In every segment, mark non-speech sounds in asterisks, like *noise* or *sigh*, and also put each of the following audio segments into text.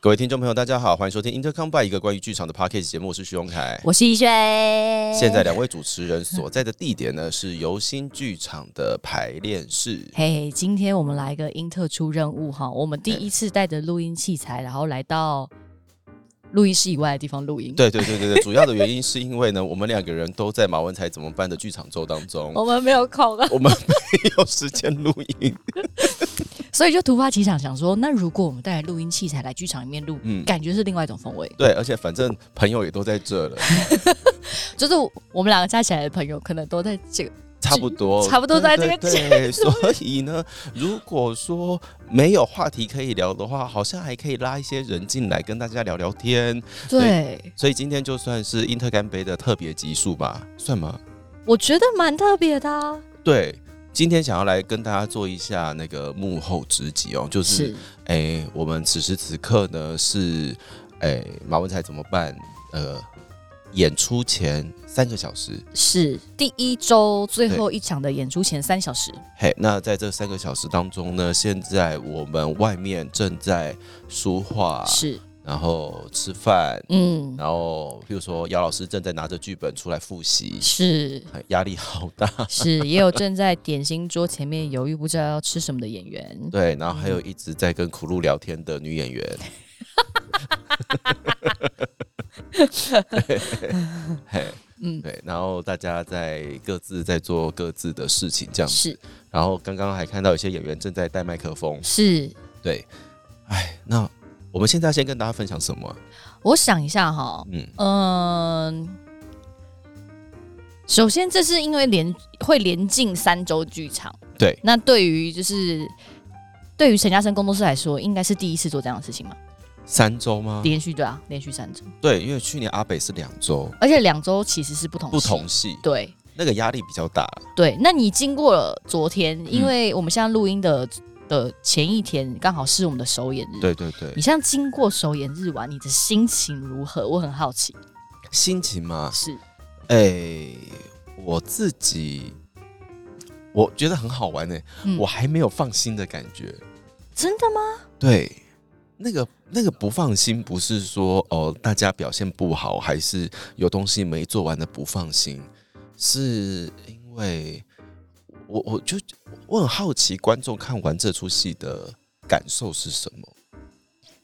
各位听众朋友，大家好，欢迎收听 Intercom by 一个关于剧场的 podcast 节目，我是徐荣凯。我是一轩。现在两位主持人所在的地点呢是游心剧场的排练室。嘿今天我们来个英特出任务哈，我们第一次带着录音器材，然后来到录音室以外的地方录音。，对对 *laughs* 对对对，主要的原因是因为呢，我们两个人都在马文才怎么办的剧场周当中， *laughs* 我们没有空啊了，我们没有时间录音。 *laughs* 所以就突发奇想，想说，那如果我们带来录音器材来剧场里面录，嗯感觉是另外一种风味。对，而且反正朋友也都在这了，就是我们两个加起来的朋友，可能都在这个。差不多， *laughs* 差不多在这个对对对所以呢，如果说没有话题可以聊的话，好像还可以拉一些人进来跟大家聊聊天。 *laughs* 对，所以今天就算是英特干杯的特别集数吧，算吗？我觉得蛮特别的啊、对，今天想要来跟大家做一下那个幕后直击哦，就是哎、我们此时此刻呢是哎、马文才怎么办？呃，演出前三个小时，是第一周最后一场的演出前三小时，嘿，那在这三个小时当中呢，现在我们外面正在书画，是然后吃饭，嗯然后譬如说姚老师正在拿着剧本出来复习，是哎压力好大。是，也有正在点心桌前面犹豫不知道要吃什么的演员。 *laughs* 嗯对，然后还有一直在跟苦露聊天的女 *laughs* 演员。嘿，嗯，对，然后大家在各自在做各自的事情，这样子。是然后刚刚还看到有些演员正在带麦克风， *laughs* 是，对，哎，那我们现在先跟大家分享什么啊？我想一下哈，嗯，嗯，首先这是因为连会连进三周剧场，对，那对于就是对于陈嘉生工作室来说，应该是第一次做这样的事情嘛？三周吗？连续对啊，连续三周，对，因为去年阿北是两周，而且两周其实是不同不戏同戏，对。那个压力比较大。对，那你经过了昨天，嗯因为我们现在录音的的前一天刚好是我们的首演日。，对对对嗯你，像经过首演日完，你的心情如何？我很好奇。心情嘛，是，哎、我自己我觉得很好玩呢、嗯我还没有放心的感觉。真的吗？对，那个那个不放心，不是说哦大家表现不好，还是有东西没做完的不放心，是因为我我就我很好奇观众看完这出戏的感受是什么。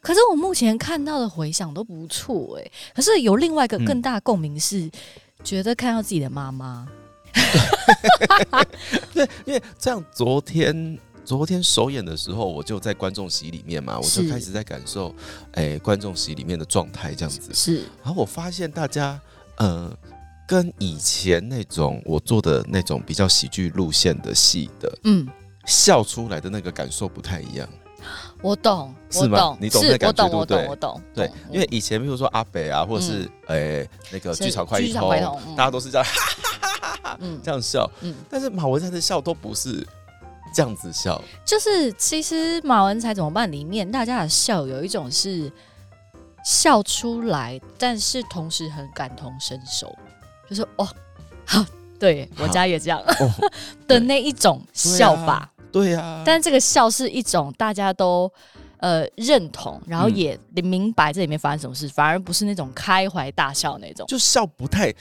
可是我目前看到的回响都不错哎、可是有另外一个嗯更大的共鸣是，觉得看到自己的妈妈，对，因为这样昨天昨天首演的时候，我就在观众席里面嘛，我就是开始在感受，哎、观众席里面的状态这样子。是然后我发现大家，呃，跟以前那种我做的那种比较喜剧路线的戏的嗯，笑出来的那个感受不太一样。我懂，是我吗懂，你懂那是，感我觉懂，我对懂，不我懂，对懂，嗯因为以前比如说阿北啊，或者是诶、那个是剧场快剧一场通快一通嗯，大家都是这样哈哈哈哈嗯这样笑，嗯但是马文山的笑都不是这样子笑，就是其实马文才怎么办里面，大家的笑有一种是笑出来，但是同时很感同身受，就是哦，好，对我家也这样、哦 *laughs* 对的那一种笑法。对啊，但这个笑是一种大家都呃认同，然嗯后也明白这里面发生什么事，反而不是那种开怀大笑那种，就笑不太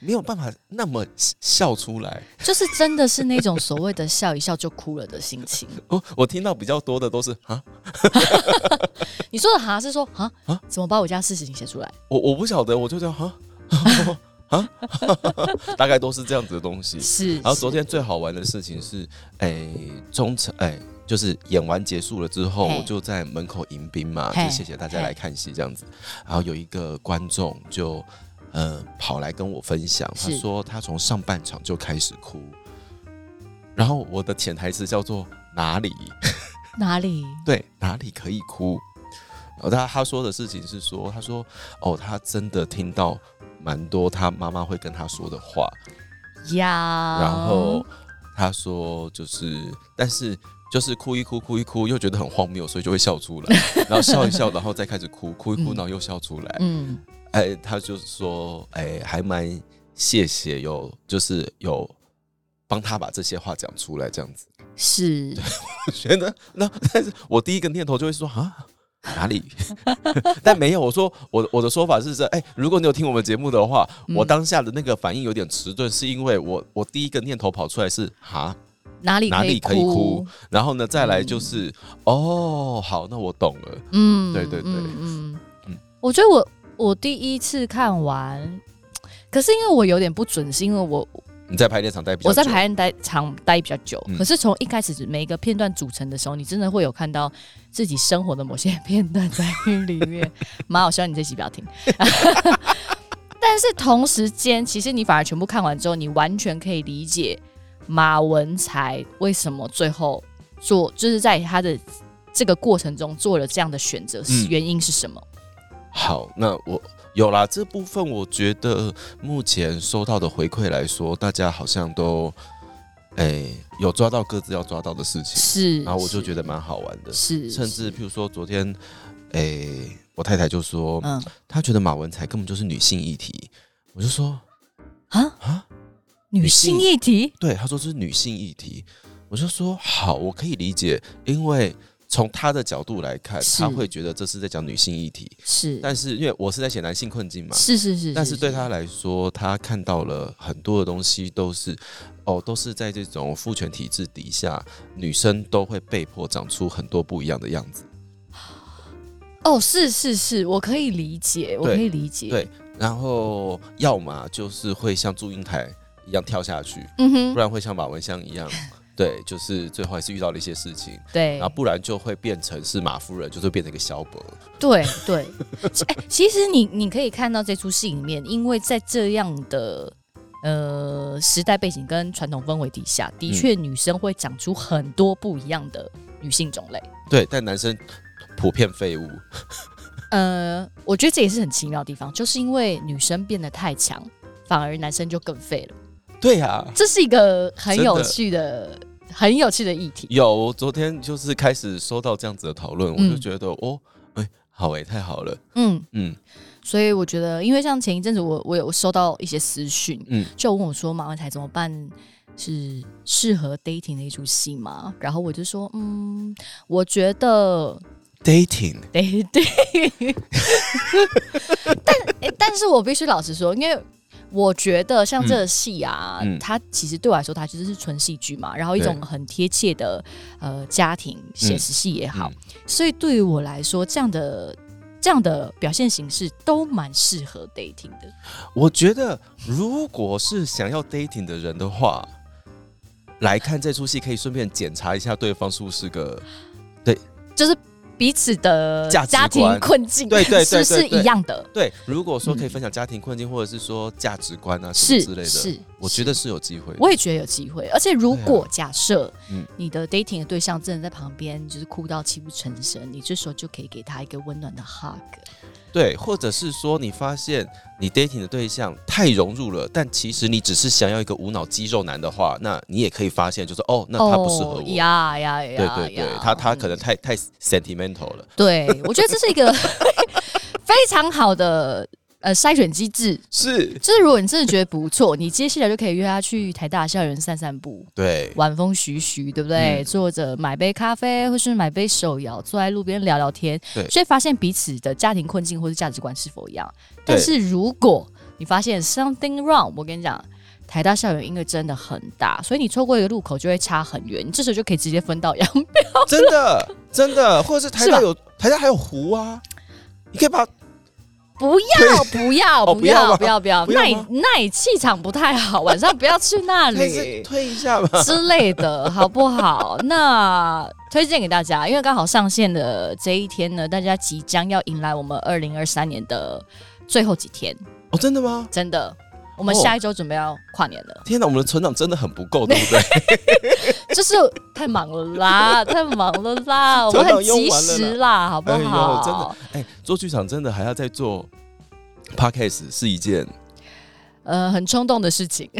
没有办法那么笑出来。 *laughs* 就是真的是那种所谓的笑一笑就哭了的心 *laughs* 情。哦，我听到比较多的都是啊，你说的哈是说哈啊怎么把我家事情写出来？我我不晓得，我就这样啊啊，大概都是这样子的东西。是，然后昨是天最好玩的事情是，哎、中场哎、就是演完结束了之后，嘿我就在门口迎宾嘛，嘿就谢谢大家嘿来看戏这样子。然后有一个观众就呃跑来跟我分享，他是说他从上半场就开始哭，然后我的潜台词叫做哪里？哪里？对，哪里可以哭？然后他他说的事情是说，他说哦，他真的听到蛮多他妈妈会跟他说的话，呀，然后他说就是，但是就是哭一哭，哭一哭，又觉得很荒谬，所以就会笑出 *laughs* 来，然后笑一笑，然后再开始哭，哭一哭，嗯然后又笑出来。嗯，哎，他就说，哎，还蛮谢谢有，就是有帮他把这些话讲出来，这样子。 *laughs* 是我觉得那，但是我第一个念头就会说啊，哪里？ *laughs* 但没有，我说我我的说法是这，哎、如果你有听我们节目的话，我嗯当下的那个反应有点迟钝，是因为我我第一个念头跑出来是哈，哪里哪里可以哭哭？然后呢再来就是、哦，好，那我懂了，嗯，对对对嗯嗯嗯，我觉得我我第一次看完，可是因为我有点不准，是因为我你在排练场待比较我在久排练待场待比较久，嗯可是从一开始每一个片段组成的时候，你真的会有看到自己生活的某些 *laughs* 片段在里面。妈，我希望你这期不要听。 *laughs* 但是同时间，其实你反而全部看完之后，你完全可以理解马文才为什么最后做，就是在他的这个过程中做了这样的选择，是嗯原因是什么？好，那我有啦，这部分我觉得目前收到的回馈来说，大家好像都哎、有抓到各自要抓到的事情，是，然后我就觉得得蛮好玩的，是，甚是至譬如说昨天， *laughs* 哎、我太太就说、嗯她觉得马文才根本就是女性议题，我就说啊，啊，女性议题，对，她说这是女性议题，我就说好，我可以理解，因为从她的角度来看，是她会觉得这是在讲女性议题，是但是因为我是在写男性困境嘛，是是是，但是对他来说，他看到了很多的东西都是，哦，都是在这种父权体制底下，女生都会被迫长出很多不一样的样子。哦，是是是，我可以理解，我可以理解。对，然后要么就是会像祝英台一样跳下去，嗯不哼，然会像马文香一样，对，就是最后还是遇到了一些事情，对然后不然就会变成是马夫人，就是变成一个萧伯。 *laughs* 对对。哎、其实你你可以看到这出戏里面，因为在这样的呃时代背景跟传统氛围底下，的确女生会长出很多不一样的女性种类。对，但男生普遍废物。呃，我觉得这也是很奇妙的地方，就是因为女生变得太强，反而男生就更废了。对啊，这是一个很真的有趣的、很有趣的议题。有，我昨天就是开始收到这样子的讨论，我就嗯觉得哦，哎、好哎、太好了，嗯，嗯所以我觉得，因为像前一阵子我我有收到一些私讯，嗯就问我说马文才怎么办是适合 dating 的一出戏吗？然后我就说，嗯，我觉得 *laughs* ，dating， dating，但诶但是我必须老实说，因为。我觉得像这个戏啊，嗯嗯它其实对我来说，它其实是纯戏剧嘛，然后一对种很贴切的呃家庭写实戏也好，嗯所以对于我来说，这样的这样的表现形式都蛮适合 dating 的。我觉得如果是想要 dating 的人的话，来看这出戏可以顺便检查一下对方是不是个，就是彼此的价值呃家庭观困境，对对对是不是对对一样的？对，如果说可以嗯分享家庭困境或者是说价值观啊什是么之类的，是，我觉是得是有机会的，我也觉得有机会。而且如果对啊假设嗯你的 dating 的对象真的在旁边就是哭到泣不成声，你这时候就可以给他一个温暖的 hug。对，或者是说你发现你 dating 的对象太融入了，但其实你只是想要一个无脑肌肉男的话，那你也可以发现，就是哦，那他不适合我。哦啊呀呀呀！对对对呀，他他嗯可能太太 sentimental 了。对我觉得这是一个非常好的呃筛选机制。是，就是如果你真的觉得不错，你接下来就可以约他去台大校园散散步，对，晚风徐徐，对不对？嗯坐着买杯咖啡，或是买杯手摇，坐在路边聊聊天，对所以发现彼此的家庭困境或是价值观是否一样。对但是如果你发现 something wrong，我跟你讲。台大校园音乐真的很大，所以你错过一个路口就会差很远，你这时候就可以直接分道扬镳。 *laughs* 真的真的，或者是台是大吧有台大还有湖啊，你可以把不要不要哦不不要要吗不要不要，不要那你吗那你气场不太好，晚上不要去那还 *laughs* 是里。推一下 *laughs* 吧。之类的，好不好？那推荐给大家，因为刚好上线的这一天呢，大家即将要迎来我们二零二三年的最后几天，哦，真的吗？真的。我们哦下一周准备要跨年了， *laughs* 天哪，我们的村长真的很不够，对不对？就是太忙了 *laughs* 啦，太忙了啦，我真们的很及用完了啦时啦，好不哎呦，真好的？，哎，做剧场真的还要再做 podcast 是一件呃，很冲动的事 *laughs* 情，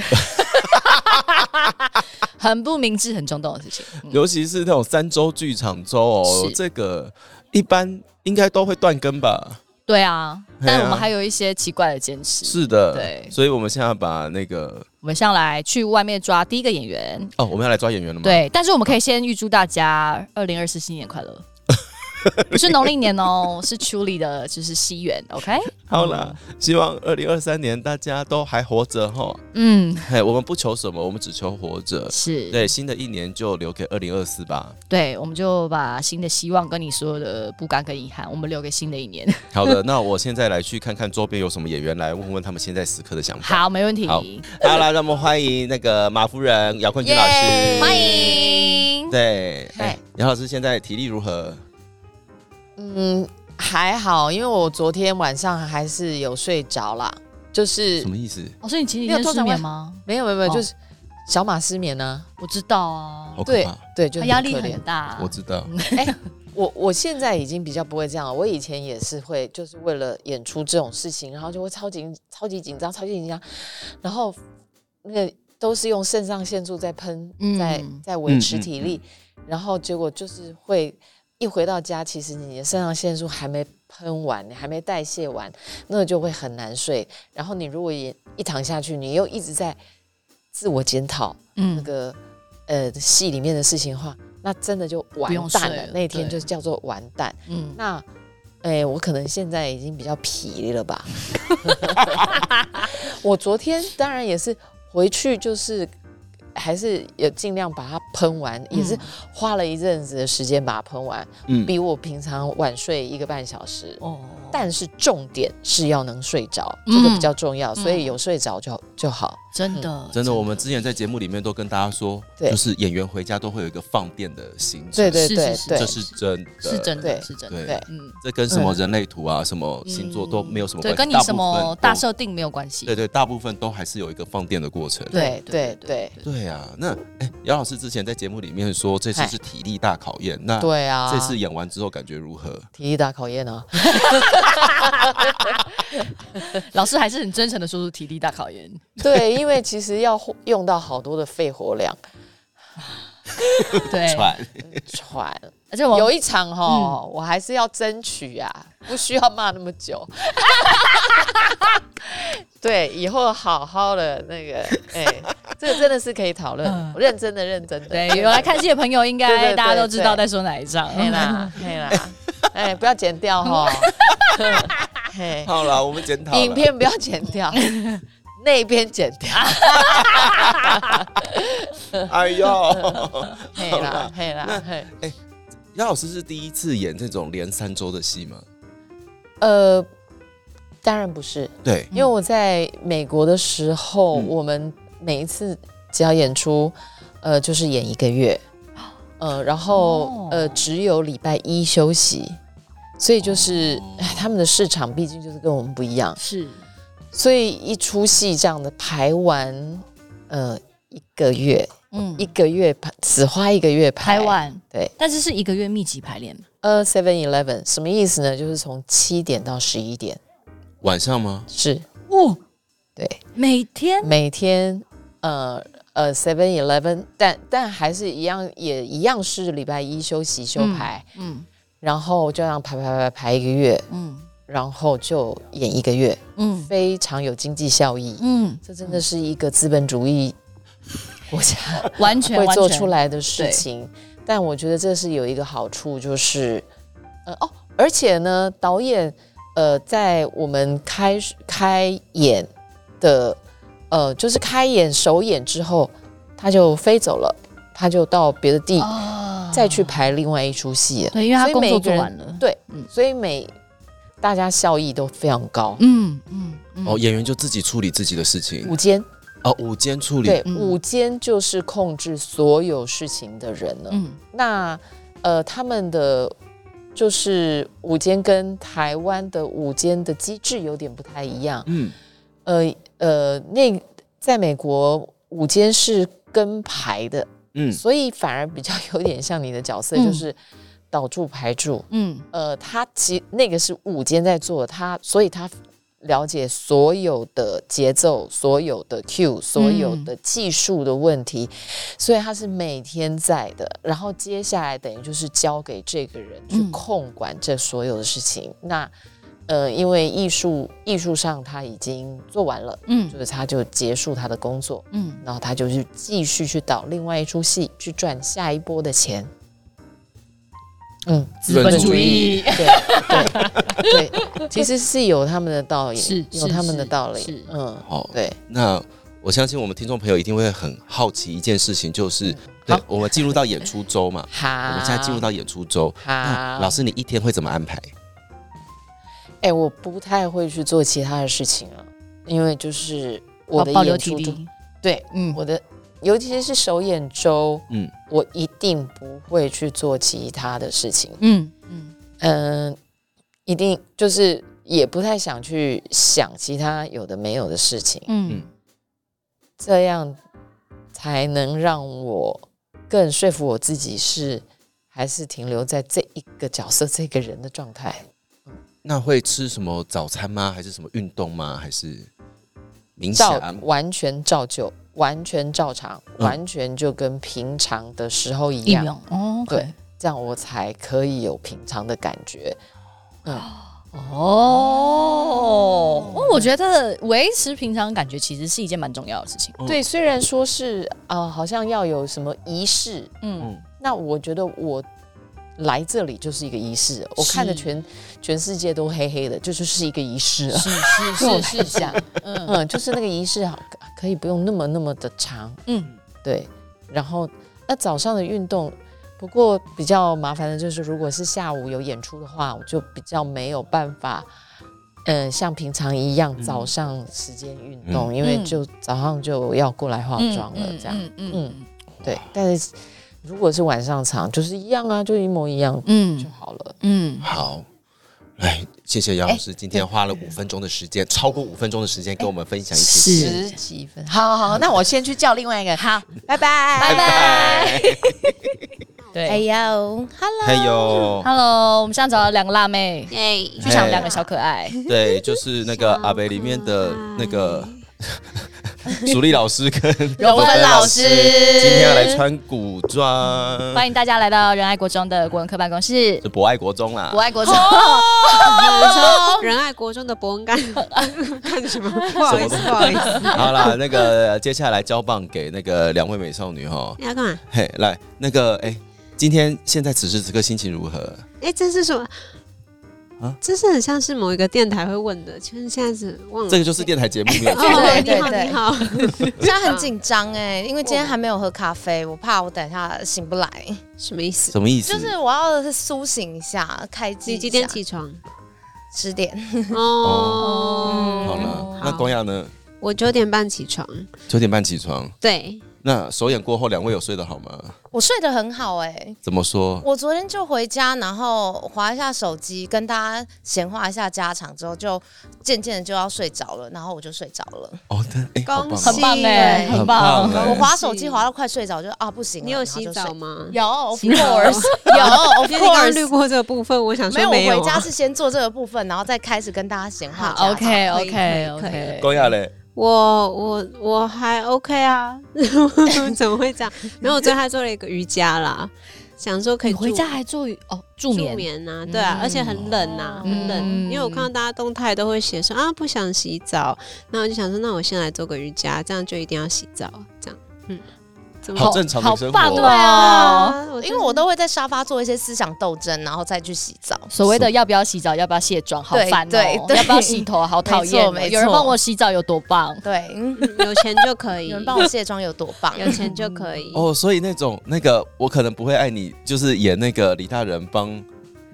很不明智，很冲动的事情。嗯尤其是那种三周剧场周哦是，这个一般应该都会断更吧？对啊，嘿但啊我们还有一些奇怪的坚持。是的，对所以我们现在把那个我们上来去外面抓第一个演员，哦，我们要来抓演员了吗？， *laughs* 对，但是我们可以先预祝大家二零二四新年快乐。不是农历年哦，是秋历的，就是西 *laughs* 元，OK？好啦，希望二零二三年大家都还活着哈。嗯，嘿，我们不求什么，我们只求活着。是对，新的一年就留给二零二四吧。对，我们就把新的希望跟你所有的不甘跟遗憾，我们留给新的一年。好 *laughs* 的，那我现在来去看看周边有什么演员，来问问他们现在此刻的想法。好，没问题，好好啦，让我们欢迎那个马夫人姚坤君老师，欢。迎。对，嗨哎，姚老师现在体力如何？ *laughs* 嗯，还好，因为我昨天晚上还是有睡着啦，就是什么意思？哦，所以你前几没有天通失常眠会吗？没有没有没有，哦就是小马失眠呢、我知道啊好，可对怕，对，就他很压力可很怜。大。我知道。我我现在已经比较不会这样了，我以前也是会，就是为了演出这种事情，然后就会超级超级紧张，超级紧张，然后那个都是用肾上腺素在喷，嗯在在维持体力，然后结果就是会一回到家，其实你的肾上腺素还没喷完，你还没代谢完，那就会很难睡。然后你如果也一躺下去，你又一直在自我检讨，那嗯，个呃戏里面的事情的话， *laughs* 那真的就完不用蛋睡了了。那一天对就叫做完蛋。嗯，那哎、我可能现在已经比较疲 *laughs* 了吧。我昨天当然也是回去，就是还是也尽量把它喷完，也嗯是花了一阵子的时间把它喷完，嗯，比我平常晚睡一个半小时。哦，但是重点是要能睡着，这个比较重要，嗯所以有睡着就就好。嗯真的，真的，我们之前在节目里面都跟大家说，对就是演员回家都会有一个放电的行程，对对是对是是对这，是真的，是真的，对是真的，对对嗯，这跟什么人类图啊、什么星座都没有什么对，关系，跟你大部什么分都大设定没有关系对。对，大部分都还是有一个放电的过程。对对对对啊，那哎，姚老师之前在节目里面说这次嗨是体力大考验，那对啊，这次演完之后感觉如何？体力大考验啊，老师还是很真诚的说出体力大考验。 *laughs* 对，因为其实要呼用到好多的肺活量，对，喘，喘。而且我嗯有一场哈，我还是要争取啊，不需要骂那么久。 *laughs* 对，以后好好的那个，哎、这个真的是可以讨论，嗯认真的，认真的。对有来看戏的朋友，应对对该对大家都知道对在说哪一张。嘿啦，嘿啦，哎、不要剪掉 *laughs* 哈。嘿，好了，我们检讨了哎影片不要剪 *laughs* 掉，那边剪掉。哎呦， *laughs* 嘿好啦哎啦，嘿啦，嘿。姚老师是第一次演这种连三周的戏吗？呃，当然不是，对，因为我在美国的时候，嗯我们每一次只要演出，呃，就是演一个月，呃，然后、哦呃，只有礼拜一休息，所以就是、哎 *laughs* 他们的市场毕竟就是跟我们不一样，哦是，所以一出戏这样的排完，呃，一个月嗯一个月排，只花一个月排排，完，对，但是是一个月密集排练。呃，Seven Eleven 什么意思呢？就是从七点到十一点，晚上吗？是哦，对。每天每天呃呃 Seven Eleven，但但还是一样，也一样是礼拜一休息休排，，嗯然后就这样排排排排一个月，嗯然后就演一个月，嗯非常有经济效益。嗯，这真的是一个资本主义国家完全会完做全出来的事情，但我觉得这是有一个好处，就是呃哦，而且呢，导演呃在我们开开演的呃就是开演首演之后，他就飞走了，他就到别的地、啊再去排另外一出戏了，对，因为他所以工每作一做个人完了。对，嗯所以每大家效益都非常高。嗯嗯嗯，哦，演员就自己处理自己的事情午间哦，午间处理对，嗯午间就是控制所有事情的人了。嗯那呃，他们的就是午间跟台湾的午间的机制有点不太一样。嗯，呃呃，那在美国午间是跟排的，嗯所以反而比较有点像你的角色，嗯就是导助排助。嗯呃，他其那个是午间在做的，他所以他了解所有的节奏、所有的 Q、所嗯有的技术的问题，所以他是每天在的。然后接下来等于就是交给这个人去嗯控管这所有的事情。那呃，因为艺术艺术上他已经做完了，嗯就是他就结束他的工作，嗯，然后他就去继续去导另外一出戏，去赚下一波的钱。嗯，资本主主义义对对 *laughs* 对，其实是有他们的道理，是有是他们的是道理是，嗯，哦，对，那我相信我们听众朋友一定会很好奇一件事情，就是、嗯对好我们进入到演出周嘛， *laughs* 好，我们现在进入到演出周，那好，老师你一天会怎么安排？哎、我不太会去做其他的事情了，因为就是我好的哦保留演体出中，力。对嗯，我的，尤其是首演周，嗯，我一定不会去做其他的事情，嗯嗯，嗯、一定就是也不太想去想其他有的没有的事情，嗯嗯，这样才能让我更说服我自己是还是停留在这一个角色、这个人的状态。那会吃什么早餐吗？还是什么运动吗？还是冥照想？完全照旧，完全照常，嗯完全就跟平常的时候一一样，样哦，OK，对这样我才可以有平常的感觉。嗯，哦，哦我觉得维持平常感觉其实是一件蛮重要的事情。嗯对，虽然说是啊、呃好像要有什么仪式，嗯，嗯，那我觉得我。来这里就是一个仪式，我看的是全全世界都黑黑的，这就是一个仪式啊。是 *laughs* 是对我是是这样，嗯嗯，就是那个仪式好可以不用那么那么的长，嗯，对。然后那早上的运动，不过比较麻烦的就是，如果是下午有演出的话，我就比较没有办法，嗯、像平常一样早上嗯时间运动，因为嗯就早上就要过来化嗯妆了，这样、嗯嗯嗯对。但是如果是晚上场，就是一样啊，就一模一样就嗯好了。嗯，好。来，谢谢杨老哎师，今天花了五分钟的时间，超过五分钟的时间跟我们分享一些是十几分，好好好，那我先去叫另外一个，好，拜拜，拜拜。 *laughs* 对，哎呦还有， ，Hello，我们现在找了两个辣妹，耶，剧场两个小可爱，对，就是那 *laughs* 个阿北里面的那个 *laughs* 蜀立老师跟柔芬老师今天要来穿古装，欢迎大家来到仁爱国中的国文科办公室，是博爱国中啦我。爱 *laughs* 国中，哦 *laughs* 仁爱国中的伯 *laughs* 恩干干 *laughs* 什么？不好意思，什么不好意思， *laughs* 好啦，那个接下来交棒给那个两位美少女哈，你要干嘛？嘿，来那个哎、今天现在此时此刻心情如何？ *laughs* 哎，这是什么？啊这是很像是某一个电台会问的，就是现在是忘了。这个就是电台节目没有 *laughs* 哦，错，对你好，对对你好，现在很紧张哎，因为今天还没有喝咖啡，我怕我等一下醒不来。什么意思？什么意思？就是我要苏醒一下，开机一你下。几点起床？十点。 *laughs* 哦，好了，那光要耀呢？我九点半起床，九点半起床，对，那首演过后两位有睡得好吗？我睡得很好哎，怎么说？我昨天就回家，然后划一下手机，跟大家闲话一下家常，之后就渐渐的就要睡着了，然后我就睡着了。哦，但哎、好棒恭哦喜很棒哎，很很棒棒，哎我划手机划到快睡着，就啊不行了你有然后洗就澡睡吗？有，of 洗 *laughs* 澡 course，有 *laughs*，of 因为你刚刚 course 滤。过这个部分，我想说没有，没有我啊。回家是先做这个部分，然后再开始跟大家闲话家常。好，OK 可以可以 OK 哎可 OK，光耀嘞，我我我还 OK 啊， *laughs* 怎么 *laughs* 会这样？然后我昨天还做了一个瑜伽啦，想说可以你回助家还做哦助助眠，眠呐、对啊，而且很冷呐、很冷。嗯因为我看到大家动态都会写说啊不想洗澡，那我就想说那我先来做个瑜伽，这样就一定要洗澡，这样嗯，怎么好正常的生活好棒对哦哦。啊？因为我都会在沙发做一些思想斗争，然后再去洗澡。所谓的要不要洗澡，要不要卸妆，好对烦对哦！对要不要洗头，好讨厌哦！没错没错有人帮我洗澡有多棒？对，就是有钱就可以， *laughs* 有人帮我卸妆有多棒？有钱就可以。哦，所以那种那个我可能不会爱你，就是演那个李大人帮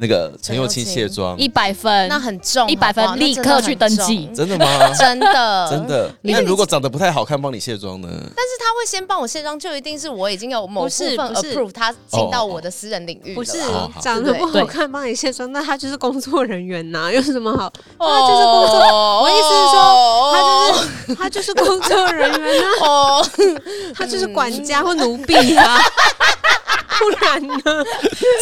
那个陈又青卸妆，一百分，那很重，一百好不好分，立刻去登记。。 *laughs* 真的吗那？ *laughs* 真的很重真的，真。的？那如果长得不太好看，帮你卸妆呢？但是他会先帮我卸妆，就一定是我已经有某部不是分不是 approve 他进到我的私人领域了不是哦好好长得不对好看帮你卸妆，那他就是工作人员呐、有什么好？哦，就是工作我我意思是哦说他就是他就是工作人员呐、哦，他就是管家或奴婢啊，不然呢？ *laughs* 啊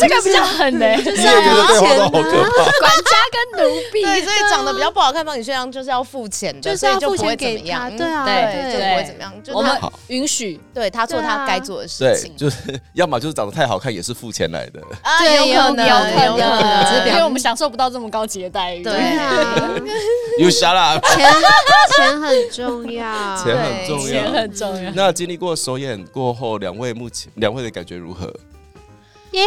这个比较狠呢，欸你也觉得对话都好可 *laughs* 怕。管家跟奴婢，对，所以长得比较不好看，帮你卸妆就是要付钱的，就是所以要付不会钱怎么给他，样。对啊，对，对就不会怎么样。我就们他好允许，对他做对他啊该做的事对情，，就是要么就是长得太好看，也是付钱来的。啊对，有可能，哎有可有能，可能只是因为因我们享受不到这么高级的待遇。对 *laughs* 对啊， You shut up，钱钱很重要， *laughs* 钱很重钱要。很重要。那经历过首演过后，两位目前两位的感觉如何？耶，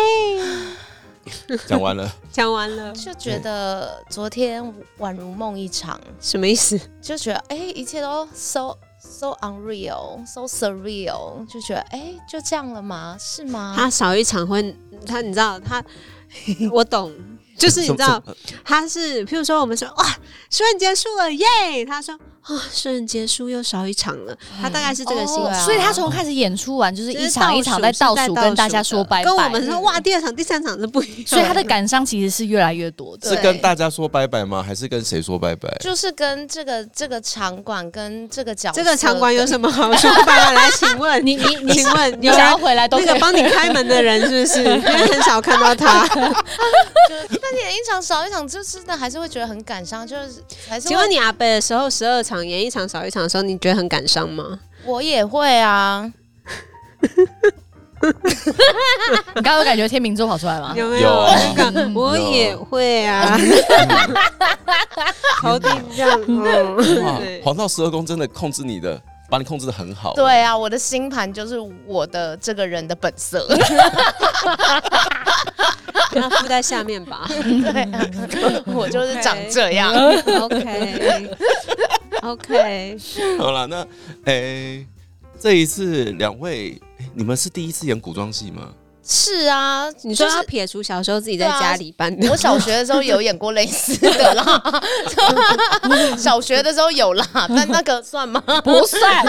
*laughs* 讲完了，讲完了，就觉得昨天宛如梦一场，什么意思？就觉得哎、一切都 so so unreal，so surreal，就觉得哎、就这样了吗？是吗？他少一场婚，他你知道 *laughs* 他，我懂，就是你知什么呃道，他是，譬如说我们说哇，瞬间结束了耶，他说啊，瞬间结束又少一场了，他大概是这个心哦啊情。哎所以他从开始演出完就是就一是场一场在倒倒数是在数，倒跟大家数说的拜拜。跟我们说哇，第二场、第三场是不一样。所以他的感伤其实是越来越多的。是对跟大家说拜拜吗？还是跟谁说拜拜？就是跟这个这个场馆跟这个角色这个场馆有跟什么好说吧？来，请 *laughs* *laughs* 问你你你请问你有想要人回来都那可个以。帮你开门的人是不 *laughs* 是？因为很少看到 *laughs* 他。就但演一场少一场，就真的还是会觉得很感伤，就是还是请问会你阿北的时候，十二场演一场少一场的时候，你觉得很感伤吗？我也会啊， *laughs* 你刚刚有感觉天秤座跑出来吗？有没有有那个？我也会啊，头顶这样。 *laughs* 嗯哇对，黄道十二宫真的控制你的，把你控制的很好。对啊，我的星盘就是我的这个人的本色， *laughs* 要附在下面吧。 *laughs* 对啊、我就是长这样。 OK OK，好了，那诶、这一次两位、诶你们是第一次演古装戏吗？是啊，你说就是啊要撇除小时候自己在家里办的，我小学的时候有演过类似的啦， *laughs* 小学的时候有啦，但那个算吗？不 *laughs* 算，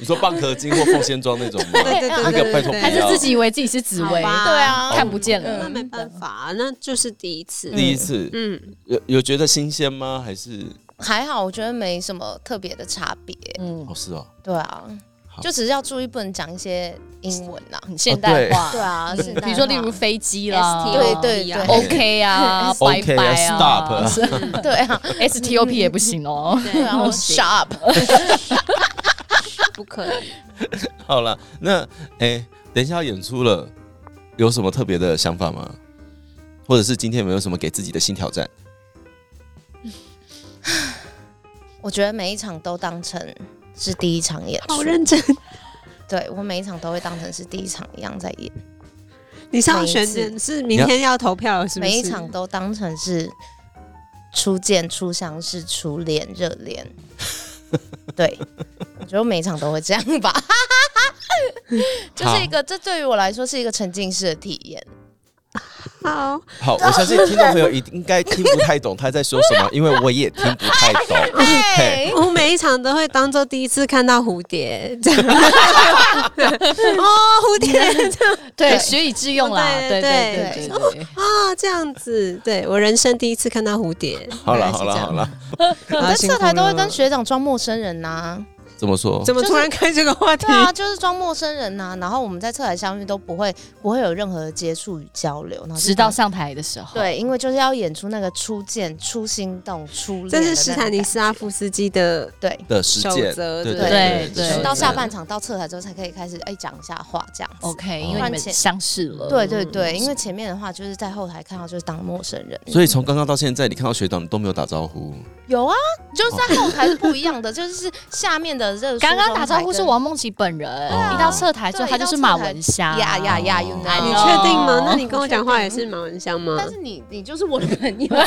你说蚌壳精或凤仙庄那种吗？对对对那个对拜托对不哎啊还要是自己以为自己是紫薇，好吧对啊，看不见那了。没办法，那就是 *laughs* 第一次。第一次、嗯，有有觉得新鲜吗？还是还好，我觉得没什么特别的差别。嗯，哦是哦，对啊好，就只是要注意不能讲一些英文啊呐、很现代化。对啊，是比如说例如飞机啦 STOP 对对啊对 OK 啊，拜 OK 啊拜啊 stop 对啊， ，STOP 也不行哦。对 *laughs* 啊不行 s h o p 不可以。 *laughs* 好了，那诶、等一下要演出了，有什么特别的想法吗？或者是今天有没有什么给自己的新挑战？我觉得每一场都当成是第一场演好出，认真， *laughs* 对我每一场都会当成是第一场一样在演，你是要选每一次人是明天要投票了，是不是？每一场都当成是初见、初相识、初恋、热 *laughs* 恋。对，我觉得我每一场都会这样 *laughs* 吧， *laughs* 就是一个这对于我来说是一个沉浸式的体验。好， *laughs* 好，我相信听众朋友一定应该听不太懂他在说什么，因为我也听不太 *laughs* 懂。嘿我每一场都会当做第一次看到蝴蝶， *laughs* 这样哦，蝴蝶这样哦对，对学以致用啦。 *laughs* 对对对对 *laughs* 对对，啊，这样子，对我人生第一次看到蝴蝶。好大了概是好了这样好，了，好在辛苦社台都会了跟学长装陌生人呐、怎么说？怎么突然开这个话题对？啊，就是装陌生人呐、然后我们在侧台相遇都不会不会有任何的接触与交流，然后就直到上台的时候，对，因为就是要演出那个初见、初心动、初恋的这那是种感觉，史坦尼斯拉夫斯基的，对。的实践守？则对对对哦对等对到下半场，场到侧台之后才可以开始哎讲一下话这样子。 ，OK，哦嗯因为你们相识了。对对对，因为前面的话就是在后台看到就是当陌生人，所以从刚刚到现在，你看到学长你都没有打招呼，有啊，就是在后台是不一样 *laughs* 的，就是下面的热。刚刚打招呼是王梦琪本人，哦一到侧台之后对他就是马文霞。呀呀呀，you 哦 know？哎你哦确定吗？那你跟我讲话也是马文香吗但？是你你就是我的朋友啊，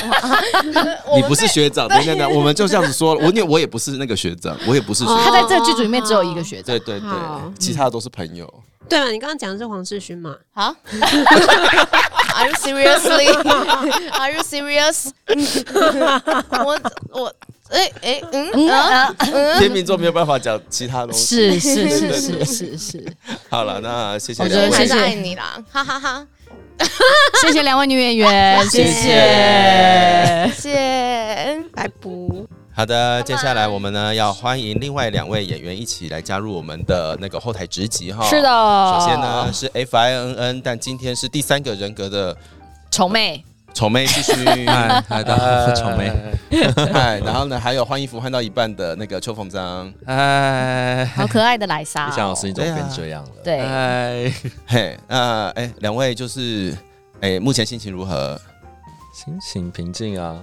你不是学长，等等等，我们就这样子说了，我因为我也不是那个学长，我也不是学他哦在长，这个剧组里面只有一个学长。对对好对，其他的都是朋友。对啊嘛？你刚刚讲的是黄世勋嘛？好，Are you seriously? *laughs* Are you serious? 我我哎哎嗯嗯啊啊天秤座没有办法讲其他东是西。是是是是是，好了，那谢谢我两觉位。得还谢是谢爱你啦，哈哈哈， *laughs* 谢谢两位女演员，谢谢谢谢。谢 네,谢。拜不，好的，接下来我们呢要欢迎另外两位演员一起来加入我们的那个后台职级哈。是。的，首先呢，是 F I N N，但今天是第三个人格的丑妹，丑妹必须。 *laughs* 嗨，嗨，大家好，我是丑妹。嗨，然后呢还有换衣服换到一半的那个邱凤章。哎嗨，好可爱的莱莎、不哦，像我声音都变这样了。对嗨，嘿，那哎两位就是哎目前心情如何？心情平静啊，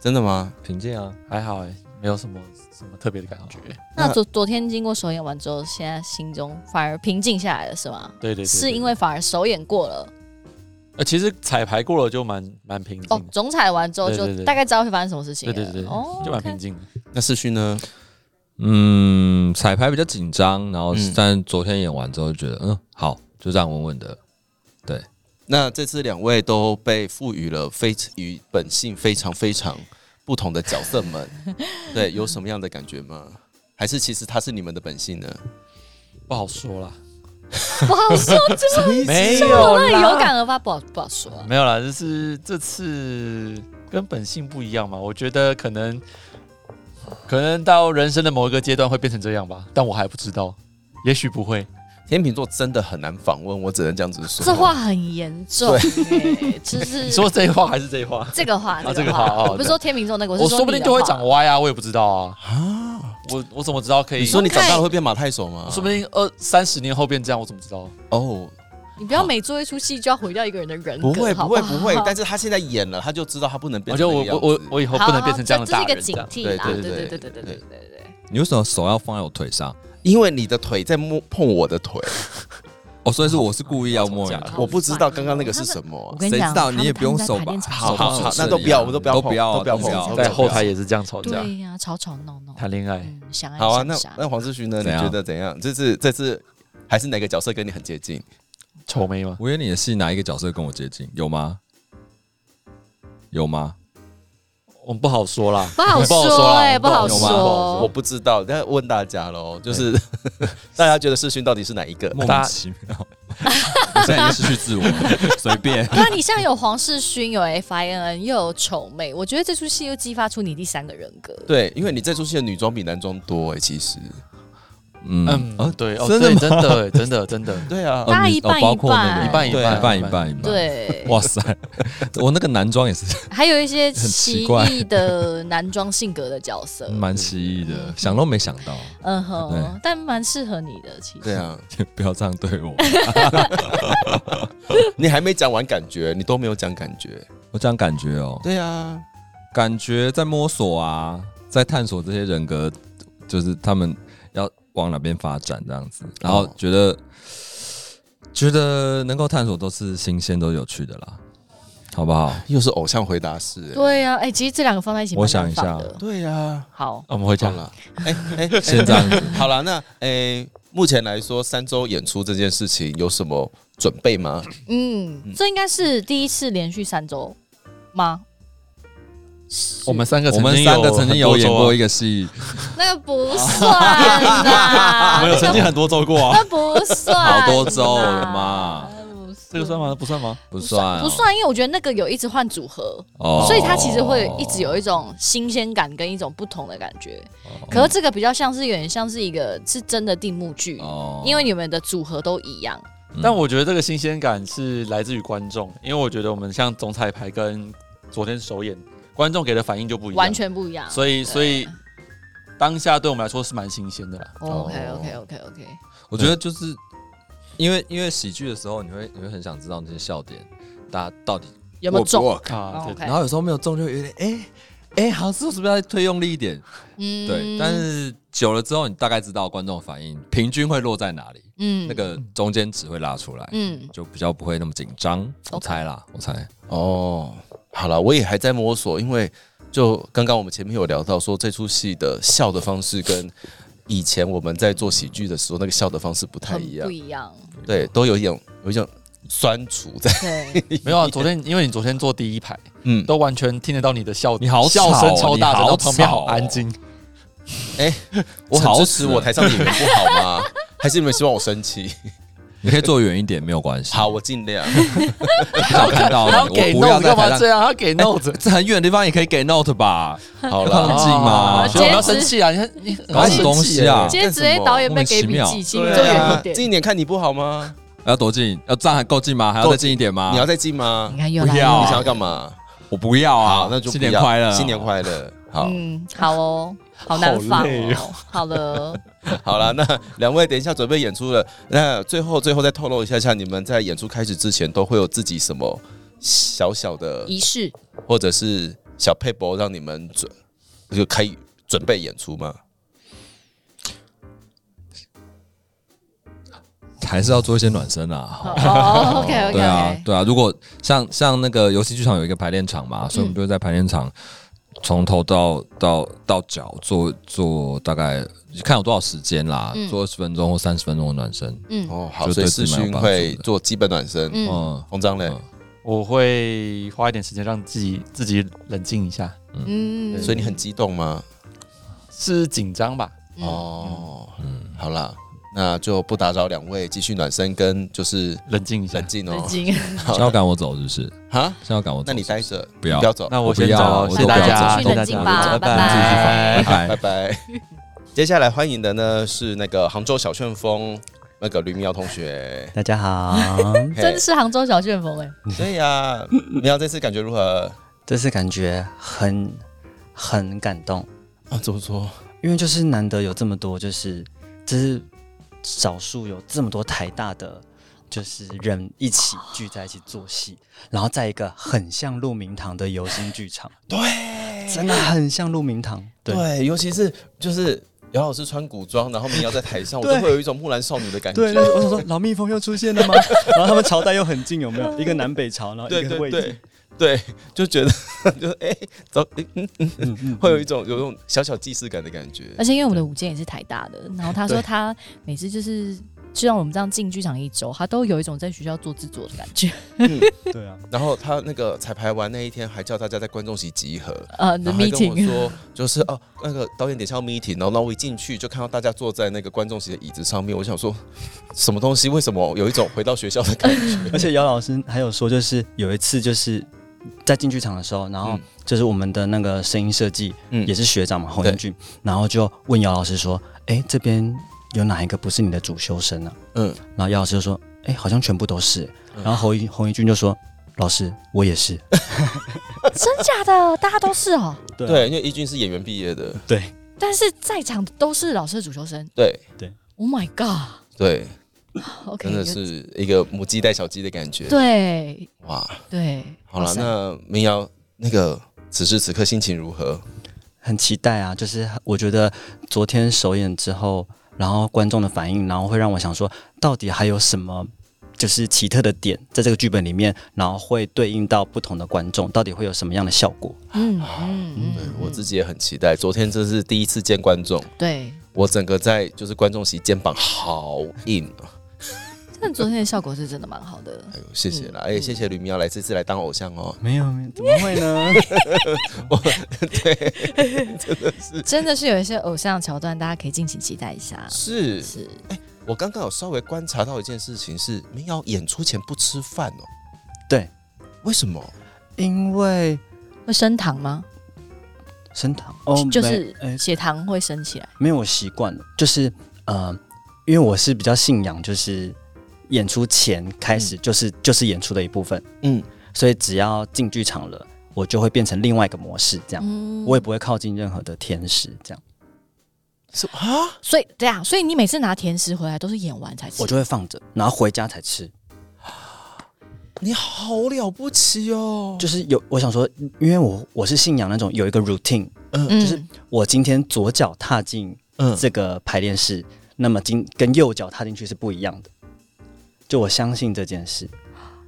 真的吗？平静啊，还好欸哎， *laughs* 没有什么什么特别的感觉。那昨昨天经过首演完之后，现在心中反而平静下来了，是吗？对对对，是因为反而首演过了，呃，其实彩排过了就蛮蛮平哦静，的，总采完之后对就对对大概知道会发生什么事情对了。对对，哦，就蛮平静的。那世勋呢？嗯，彩排比较紧张，然后嗯但昨天演完之后就觉得，嗯，好，就这样稳稳的。那这次两位都被赋予了非与本性非常非常不同的角色 *laughs* 们，对，有什么样的感觉吗？还是其实他是你们的本性呢？不好说啦，不好哦说，什么意没我有那啦，有感而发，不好不好说。没有啦，就是这次跟本性不一样嘛。我觉得可能可能到人生的某一个阶段会变成这样吧，但我还不知道，也许不会。天秤座真的很难访问，我只能这样子说。这话很严重、欸，就你是说这话还是这 *laughs* 话？这个话，这个话哦我不是说天秤座那个，我是说不定你的就会话长歪啊，我也不知道啊。我我怎么知道可以？你说你长大了会变马太手吗？说不定二三十年后变这样，我怎么知道？ *laughs* 哦，你不要每做一出戏就要毁掉一个人的人格，不会好不会好不会，但是他现在演了，他就知道他不能变我成觉得那我个样我子。我我以后不能好变成这样的这大是一个人。这警样惕啦，对对对对对对对对对对对对。你为什么手要放在我腿上？因为你的腿在摸碰我的腿，哦，所以是我是故意要摸你的。好哦我不知道刚刚那个他是们什么我啊。跟你谁讲，知道你也他们不用他们在手吧排练场好手放好手好是那都一不要样我的都不要都不要，碰都不要都碰在后台也是这样吵架，对呀、吵吵闹闹，谈恋爱。嗯，相爱好啊，相那杀那黄志勋呢？你怎样觉得怎样？这次这次还是哪个角色跟你很接近？丑眉吗？我演你的戏，哪一个角色跟我接近？有吗？有吗？我们不好说啦，不好我们说啦哎、不好有说吗哦，我不知道，但问大家喽，就是 *laughs* 大家觉得世勋到底是哪一个？莫大名其妙。我现在已经失去自我了，随 *laughs* 便。那啊你像有黄世勋，有 F I N N，又有丑妹，我觉得这出戏又激发出你第三个人格。对，因为你这出戏的女装比男装多哎、其实。嗯，嗯，啊，对，哦，真的对吗真的，真的，真的，对啊哦大你一哦半包括那个一一半一对一半，半一半一半。，对，哇塞， *laughs* 我那个男装也是还有一些很奇奇怪异的男装性格的角色，蛮奇异的，想都没想到。嗯对哼，但蛮适合你的，其实。对啊， *laughs* 不要这样对我， *laughs* 你还没讲完感觉，你都没有讲感觉。我这样感觉哦，对啊，感觉在摸索啊，在探索这些人格，就是他们要往哪边发展这样子，然后觉得、觉得能够探索都是新鲜都有趣的啦，好不好？又是偶像回答式、欸。对呀，哎，其实这两个放在一起，我想一下的。对啊，好，我们回好家了。了，哎哎，哎先这样子， *laughs* 好了，那诶、目前来说，三周演出这件事情有什么准备吗？嗯，这应该是第一次连续三周 *laughs* 吗？我们三个，我们三个曾经有演过一一，个戏，那个不 *laughs* 算 *laughs* 啦，我们有曾经很多周过啊，那不算啦， *laughs* 好多周了嘛，不算？ *laughs* 这个算吗？不算吗？不不算、哦，不算，因为我觉得那个有一直换组合，哦所以它其实会一直有一种新鲜感跟一种不同的感觉。可是这个比较像是有点像是一个是真的定目剧，哦因为你们的组合都一样。嗯但我觉得这个新鲜感是来自于观众，因为我觉得我们像总彩排跟昨天首演，观众给的反应就不一样，完。全不一样。所以，对哦所以当下对我们来说是蛮新鲜的啦。 OK OK OK OK，我觉得就是因为因为喜剧的时候，你会你会很想知道那些笑点，大家到底有没有中？啊，哦对 OK 然后有时候没有中就有点哎哎、好，是不是要推用力一点？嗯对，但是久了之后，你大概知道观众反应平均会落在哪里，嗯那个中间值会拉出来，嗯就比较不会那么紧张。我 OK 猜啦，我猜。哦，好了，我也还在摸索，因为就刚刚我们前面有聊到说，这出戏的笑的方式跟以前我们在做喜剧的时候那个笑的方式不太很一样不，一样。对，都有一种有一种酸楚在，对，没有啊。昨天因为你昨天坐第一排，嗯，都完全听得到你的笑，你好笑吵声哦超大你声，好然后旁边吵好哦安静。我很吵哎支死持了我台上的演员不好吗？ *laughs* 还是你们希望我生气？ *laughs* 你可以坐远一点，没有关系。好，，我尽量。不想看到他你，给我不要 note 在干台嘛上这。样？他给 note 哎这很远的地方也可以给 note 吧？好靠了近，嘛，所以我们要坚持生气啊！你看你很搞生什么东气西耶啊？今天直接哎导演被给笔记，心里就有一点。啊近一点看你不好吗？ *laughs* 要多近？要站还够近吗？还要再近一点吗？你要再近吗你？看又不来要你了，想要干嘛？我不要啊好，！那就新不年要快乐，新年快乐。好，嗯，好哦，好难放好累哦。好了，好了，那两位等一下准备演出了，那最后最后再透露一下下，你们在演出开始之前都会有自己什么小小的，仪式或者是小配博让你们准就开准备演出吗？还是要做一些暖身啊。好哦，OK 对 OK 啊 OK，，对啊。如果像像那个游戏剧场有一个排练场嗯嘛，所以我们就会在排练场从头到到到脚做做大概看有多少时间啦，嗯做二十分钟或三十分钟的暖身。嗯哦，好，就所对以自视己蛮有讯帮助会的做基本暖身。嗯，嗯红章嘞，我会花一点时间让自己自己冷静一下，嗯所以你很激动吗？是紧张吧？哦，哦，嗯好啦，那就不打扰两位，继续暖身跟就是冷静一下冷。静冷哦。 *laughs* 静，是要赶我走是不是？哈，是要赶我走？那你待着，不要不要走，那我我先不要走啊了，我都谢谢不大要家，走谢谢大去冷静吧家，拜拜拜拜，拜拜拜。接下来欢迎的呢是那个杭州小旋风那个吕妙同学，大家好， *laughs* 嘿真的是杭州小旋风哎，对呀，妙啊这次感觉如何？这次感觉很很感动，啊，怎么说？因为就是难得有这么多，就是这是少数有这么多台大的，就是人一起聚在一起做戏，然后在一个很像鹿鸣堂的游心剧场， *laughs* 对真的很像鹿鸣堂，对，对，尤其是就是姚老师穿古装，然后民谣在台上，我对就会有一种木兰少女的感对，觉。那我想说老蜜蜂又出现 *laughs* 了吗？ *laughs* 然后他们朝代又很近，有没有？一个南北朝，然后嗯对一个对魏晋对，对， *laughs* 就觉得 *laughs* 就是哎，走，嗯嗯嗯，会有一种有一种小小既视感的感觉。而且因为我们的舞间也是台大的，然后他说对他每次就是。就像我们这样进剧场一周，他都有一种在学校做制作的感觉。对 *laughs* 啊，然后他那个彩排完那一天，还叫大家在观众席集合，呃然后还跟我，meeting，说，就是哦，那个导演等一下要 meeting，然后然后我一进去就看到大家坐在那个观众席的椅子上面，我想说，什么东西？为什么有一种回到学校 *laughs* 的感觉？而且姚老师还有说，就是有一次就是在进剧场的时候，然后嗯就是我们的那个声音设计嗯也是学长嘛，侯英俊，然后就问姚老师说：“哎，这边有哪一个不是你的主修生呢、嗯，然后姚老师就说：“哎，好像全部都是。”嗯然后侯一侯一俊就说：“老师，我也是。真假的，大家都是哦。对对，因为一俊是演员毕业的，对，但是在场都是老师的主修生。对 Oh my god！OK，、对，啊 OK，真的有是一个母鸡带小鸡的感觉。，对哇，对。好了哇，塞那民谣那个此时此刻心情如何？很期待啊！就是我觉得昨天首演之后，然后观众的反应，然后会让我想说，到底还有什么就是奇特的点在这个剧本里面，然后会对应到不同的观众，到底会有什么样的效果？嗯嗯对嗯，我自己也很期待，昨天这是第一次见观众，对，我整个在就是观众席肩膀好硬啊。但昨天的效果是真的蛮好的。哎呦，谢谢啦！哎、嗯谢谢吕明瑶来这次来当偶像哦。没有，没有，怎么会呢？ *laughs* *laughs* 真的是有一些偶像桥段，大家可以敬请期待一下。是哎是，我刚刚有稍微观察到一件事情是，民谣演出前不吃饭哦。对，为什么？因为会升糖吗？升糖哦，就是没哎血糖会升起来。没有我习惯了，就是呃，因为我是比较信仰，就是演出前开嗯始就是、就是演出的一部分，嗯，所以只要进剧场了，我就会变成另外一个模式，这样、嗯我也不会靠近任何的天使，这样是啊，所以对啊，所以你每次拿甜食回来都是演完才吃。我就会放着，然后回家才吃。你好了不起哦。就是有我想说，因为我我是信仰那种有一个 routine，嗯呃就是我今天左脚踏进嗯这个排练室，那么今跟右脚踏进去是不一样的。就我相信这件事，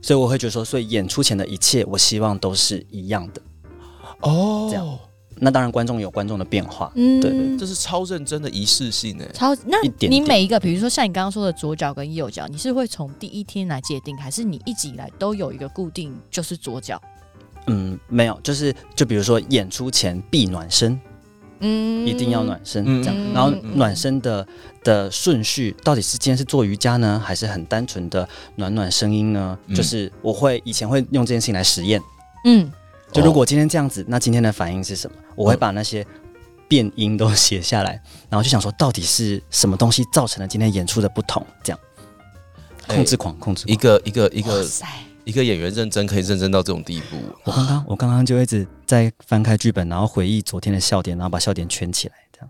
所以我会觉得说，所以演出前的一切，我希望都是一样的。哦，这样那当然，观众有观众的变化，嗯对对这是超认真的仪式性哎。超那一点你点每一个，比如说像你刚刚说的左脚跟右脚，你是会从第一天来界定，还是你一直以来都有一个固定就是左脚？嗯，没有，就是就比如说演出前必暖身，嗯一定要暖身、嗯这嗯样，然后嗯暖身的的顺序到底是今天是做瑜伽呢，还是很单纯的暖暖声音呢？嗯就是我会以前会用这件事情来实验，嗯，就如果今天这样子，那今天的反应是什么？我会把那些变音都写下来，然后就想说到底是什么东西造成了今天演出的不同？这样控制狂，控制一狂。个一个一哇个塞，一个演员认真可以认真到这种地步，我刚刚我刚刚就一直在翻开剧本，然后回忆昨天的笑点，然后把笑点圈起来，这样。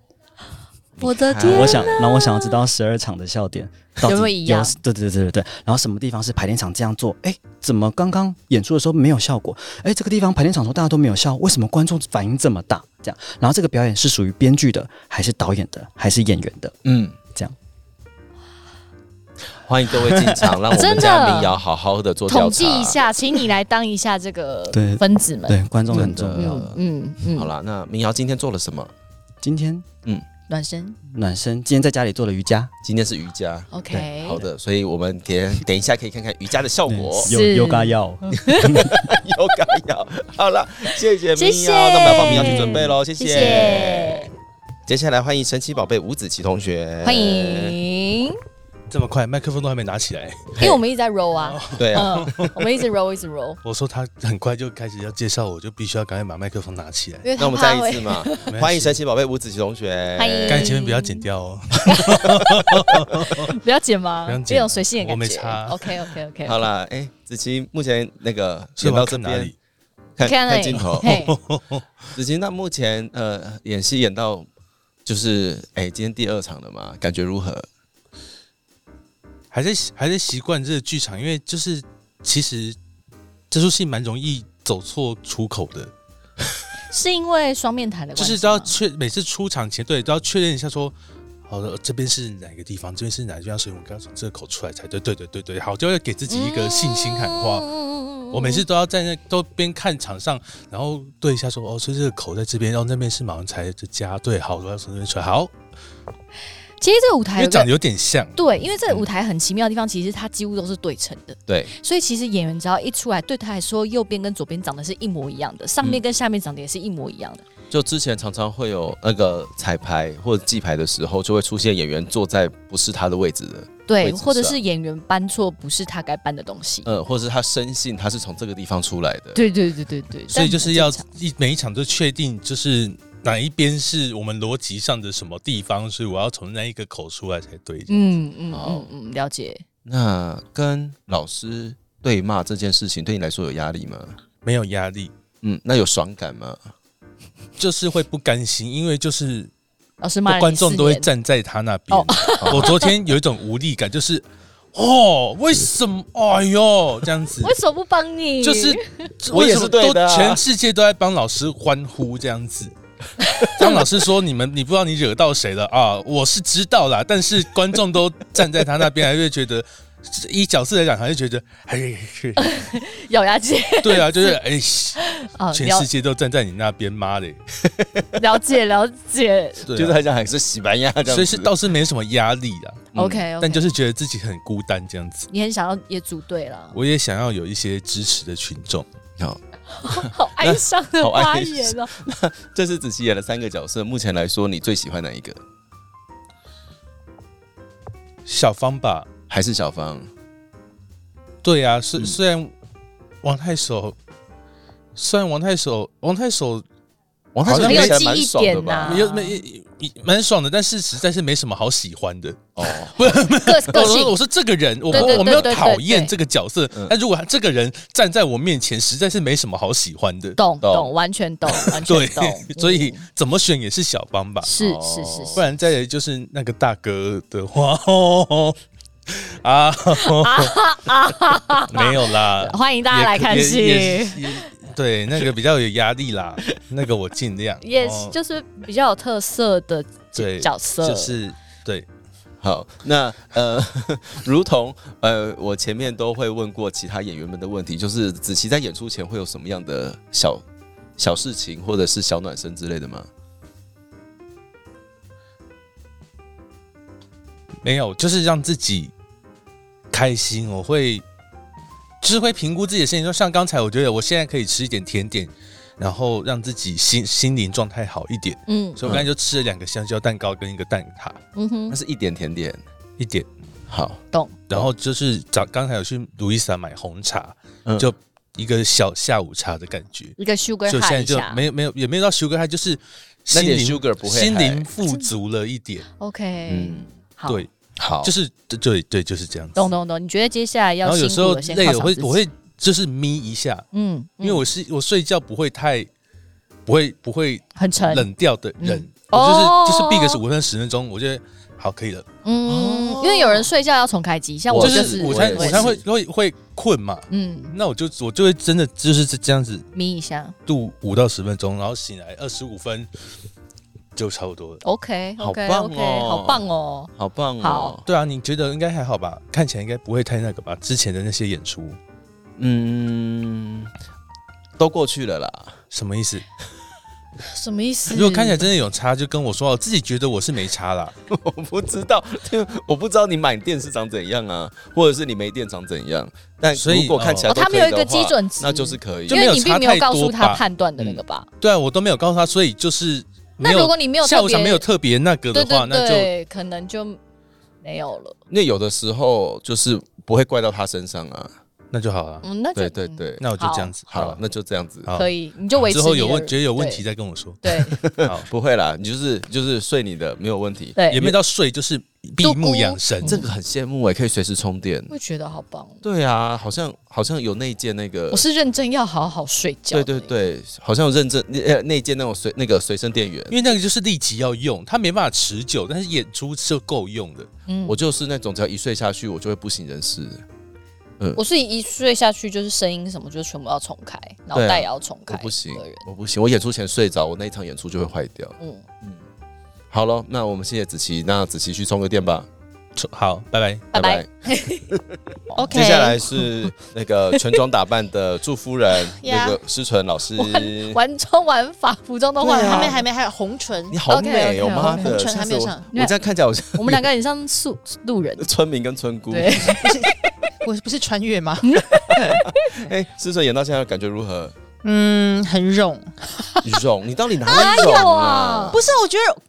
我的你看天哎我想，然后我想要知道十二场的笑点到底有没有一样对对对对对。然后什么地方是排练场这样做？哎，怎么刚刚演出的时候没有效果？哎，这个地方排练场的时候大家都没有笑，为什么观众反应这么大？这样，然后这个表演是属于编剧的，还是导演的，还是演员的？嗯，这样。欢迎各位进场，让我真们的家民谣好好的做调统查计一。下，请你来当一下这个 *laughs* 对分子们。对，观众很重真要。嗯嗯嗯，好啦，那民谣今天做了什么？今天暖身暖身，今天在家里做了瑜伽，今天是瑜伽。 ，OK，好的，所以我们等等一下可以看看瑜伽的效果，有是 yoga 药， *laughs* 有感药。好了，谢谢谢民谢谣，那我们要帮民谣去准备喽，谢谢谢，接下来欢迎神奇宝贝吴子琪同学，欢。迎，这么快，麦克风都还没拿起来。因为我们一直在 roll 啊，对啊，嗯，我们一直 roll 一直 roll，我说他很快就开始要介绍我，就必须要赶快把麦克风拿起来。因为那他我们再怕一会次嘛， *laughs* 没关系欢迎神奇宝贝吴子琪同学，欢迎刚才前面不要剪掉哦。不要剪吗？不用剪那种随性的感觉，我没差 OK OK OK，好了，哎、子琪目前那个所以我演到要这看哪边里？，看看那看里镜头。嘿 *laughs* 子琪，那目前呃演戏演到就是哎、今天第二场了嘛，感觉如何？还在还在习惯这个剧场，因为就是其实这出戏蛮容易走错出口的，是因为双面谈的就关系是吗，都要确每次出场前对都要确认一下说。好的，这边是哪个地方？这边是哪个地方？所以我们刚刚从这个口出来才对，对对对对，好，就要给自己一个信心喊话。嗯嗯嗯嗯嗯我每次都要在那都边看场上，然后对一下说哦，所以这个口在这边，然后那边是马文才的家，对，好，我要从这边出来，好，其实这个舞因台为有长个得有点像，嗯对，因为这个舞台很奇妙的地方，其实它几乎都是对称的，对，所以其实演员只要一出来，对他来说，右边跟左边长得是一模一样的，上面跟下面长得也是一模一样的。就之前常常会有那个彩排或者记牌的时候，就会出现演员坐在不是他的位置的，位对，置是啊或者是演员搬错不是他该搬的东西。嗯，或者是他深信他是从这个地方出来的。对对对对对，所以就是要但很正常一每一场都确定就是哪一边是我们逻辑上的什么地方，所以我要从那一个口出来才对。嗯嗯好嗯嗯，了解。那跟老师对骂这件事情，对你来说有压力吗？没有压力，嗯，那有爽感吗？就是会不甘心，因为就是老师骂了你观众四都会年站在他那边哦。我昨天有一种无力感，就是哦，为什么？哎呦，这样子。 *laughs* 为什么不帮你？ *laughs* 就是我也是对的啊为什么都全世界都在帮老师欢呼这样子。 *laughs* 当老师说你们你不知道你惹到谁了啊，我是知道啦，但是观众都站在他那边，还会觉得。以角色来讲，还是觉得，哎，是咬牙切 *laughs* *laughs* 对啊，就是哎，嘘啊，全了世界都站在你那边，妈的， *laughs* 了解了解。对啊就是很像还是西班牙这样子，所以是倒是没什么压力啦，嗯 OK，但就是是觉得自己很孤单这样子。你很想要也组队了，我也想要有一些支持的群众，好。 *laughs* 好哀伤的 *laughs* 好哀发言哦。这是子琪演了三个角色，目前来说你最喜欢哪一个？小芳吧，还是 *laughs* 小芳？对啊，虽嗯虽然王太守，虽然王太守，王太守王太守没没有起来记蛮忆爽的点啊吧呐？也没也也蛮爽的，但是实在是没什么好喜欢的。哦， *laughs* 个我个说我性，说这个人，我对对不我没有对对讨对厌对这个角色嗯，但如果这个人站在我面前，实在是没什么好喜欢的。懂懂懂，完全懂，完对。全懂 *laughs* 所以嗯怎么选也是小帮吧，是哦是是不是，然再来就是那个大哥的话，哦啊， *laughs* *laughs* 没有啦，欢迎大家来看也也戏。也也对，那个比较有压力啦， *laughs* 那个我尽 *laughs* 量。也哦是就是比较有特色的对角色，就是对，好，那呃， *laughs* 如同呃，我前面都会问过其他演员们的问题，就是子琪在演出前会有什么样的小小事情，或者是小暖身之类的吗？没有，就是让自己开心。我会就是会评估自己的心情，就像刚才，我觉得我现在可以吃一点甜点，然后让自己心心灵状态好一点。嗯所以我刚才就吃了两个香蕉蛋糕跟一个蛋挞，嗯哼，那是一点甜点。一点。好，懂然后就是早刚才有去路易莎买红茶，嗯就一个小下午茶的感觉。一个 sugar 就现 high 在一就下没有没有也没有到 sugar high，就是那心点灵 sugar 不会心嗨灵富足了一点。 ，OK，嗯，好，对，好，就是是对对对，就是这样子。懂懂懂。你觉得接下来然要后有辛时候苦的先犒累了赏会自己我会就是眯一下，嗯，因为我是我睡觉不会太不会不会嗯很沉，冷掉的人，嗯我哦就是就是闭个五分十分钟，我觉得好可以了。嗯，因为有人睡觉要重开机，像我我哦啊就是午我餐也午是餐会会会困嘛，嗯那我就我就会真的就是这样子眯一下，度五到十分钟，然后醒来二十五分。就差不多了。 OK 好 OK 棒 OK，哦好棒哦！好棒哦好！对啊，你觉得应该还好吧？看起来应该不会太那个吧？之前的那些演出嗯，都过去了啦。什么意思？什么意思？如果看起来真的有差，就跟我说，哦我自己觉得我是没差啦。 *laughs* 我不知道，我不知道你满店是长怎样啊，或者是你没店长怎样。但所以如果看起来哦，都可他以们有一的个话基，准值，那就是可以就。因为没有你并差没有太告诉多他吧判断的嗯那个吧？对啊，我都没有告诉他，所以就是没那有如果你没有下特午别场没有特别那个的对话，对那就对，可能就没有了。那有的时候就是不会怪到他身上啊。那就好了。嗯，那就对对，对，那我就这样子好了了，，那就这样子。好可以，你就维持之后你有的问觉得有问题对再跟我说， *laughs* 对不会啦，你就是就是睡你的，没有问题。对，也没有到睡，就是闭目养神。这个很羡慕哎、可以随时充电。会觉得好棒。哦对啊，好像好像有那一件那个我，是认真要好好睡觉对的。对对，好像有认证呃那一件那种随那个随身电源，因为那个就是立即要用，它没办法持久，但是演出是够用的。嗯，我我就是那种只要一睡下去，我就会不省人事。我是一睡下去就是声音什么，就是全部要重开，脑袋也要重我开，不行一个人，我不行，我演出前睡着，我那一场演出就会坏掉。嗯，好了，那我们谢谢子琪，那子琪去充个电吧，好，拜拜。拜拜。 *laughs* OK，接下来是那个全妆打扮的祝 *laughs* 夫人，呀那个施纯老师，玩玩妆玩法，服装都换还好没。还没还有红唇你，好 OK，OK，美哦， OK，妈红的，唇吓还死没有我上我这样看起来好像 *laughs* 我们两个很像素路人，村民跟村姑。对，嗯我不是 *laughs* 穿越吗？哎，施纯演到现在感觉如 *laughs* 何？嗯，很冗，冗，你到底哪里冗啊？不是，我觉得，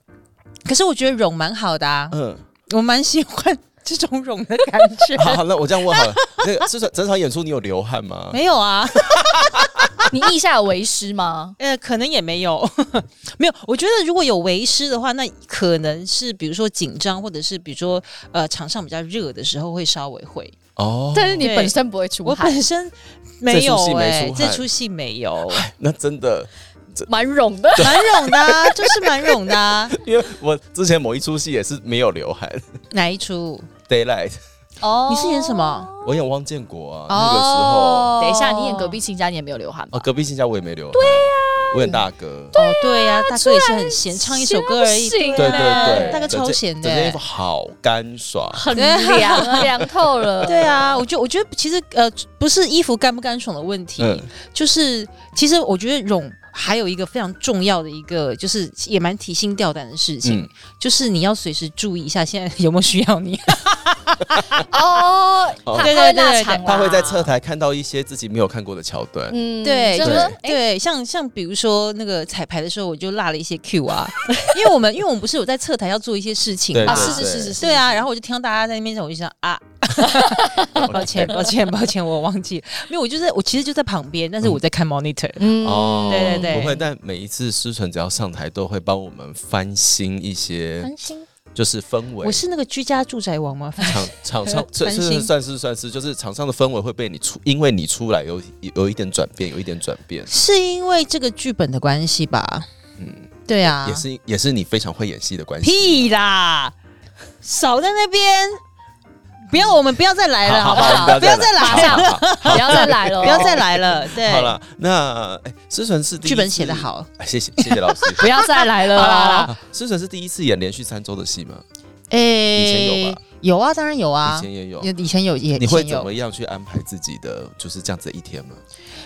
可是我觉得冗蛮好的啊，嗯，我蛮喜欢这种冗的感觉 *laughs* 。好，好那我这样 *laughs* 问好了，那个施纯整场演出你有流汗吗？没有啊， *laughs* 你腋下有为师吗？呃，可能也没 *laughs* 哦有，没有。我觉得如果有为师的话，那可能是比如说紧张，或者是比如说呃场上比较热的时候会稍微会。哦，但是你对本身不会出我汗，本身没有这出戏没哎、出汗这出戏没有，那真的，蛮冗的。蛮冗的、 *laughs* 啊，就是蛮冗的、啊。因为我之前某一出戏也是没有流汗哪一出？ ，Daylight， *laughs* 哦你是演什么？我演汪建国啊，哦那个时候。等一下，你演隔壁亲家，你也没有流汗吧哦，？隔壁新家我也没流。啊对呀、我演大哥。哦，对呀、大哥也是很闲，唱一首歌而已。行对啊对对，大哥超闲的整件衣服好干爽。很凉啊，凉透了。 *laughs* 对啊，我就我觉得其实呃，不是衣服干不干爽的问呃题，嗯，就是其实我觉得冗还有一个非常重要的一个，就是也蛮提心吊胆的事情，嗯就是你要随时注意一下现在有没有需要你。哦，哦他对会对腊对肠啦他会在侧，台看到一些自己没有看过的桥段。嗯，对，就就是是说哎对，像像比如说那个彩排的时候，我就落了一些 Q 啊，因为我们因为我们不是有在侧台要做一些事情对嘛啊，是是是是是，对啊，然后我就听到大家在那边讲，我就想 *laughs* 啊，抱歉，抱歉，抱歉，我忘记了，没有，我就在我其实就在旁边，但是我在看 monitor，、嗯哦，对对对不会。但每一次思纯只要上台，都会帮我们翻新一些，就是氛围我。是那个居家住宅王吗？场 *laughs* 场上翻算新是算是算是，就是场上的氛围会被你出，因为你出来有有一点转变，有一点转变，是因为这个剧本的关系吧？嗯，对啊，也是也是你啊非常会演戏的关系。屁啦，少在那边，不要我们不要再来了，好不好好？好不不要要再再来马上了，不要再来 *laughs* 了，不要再，来了，对，好了，那哎，思纯是第一剧本次写得，好，哎谢谢谢谢老师，不要再来了啦。啊，思纯是第一次演连续三周的戏吗？诶前有吧有啊，当然有啊以，前也有。以前有也你以会前怎有。么样去安排自己的就是这样子的一天吗？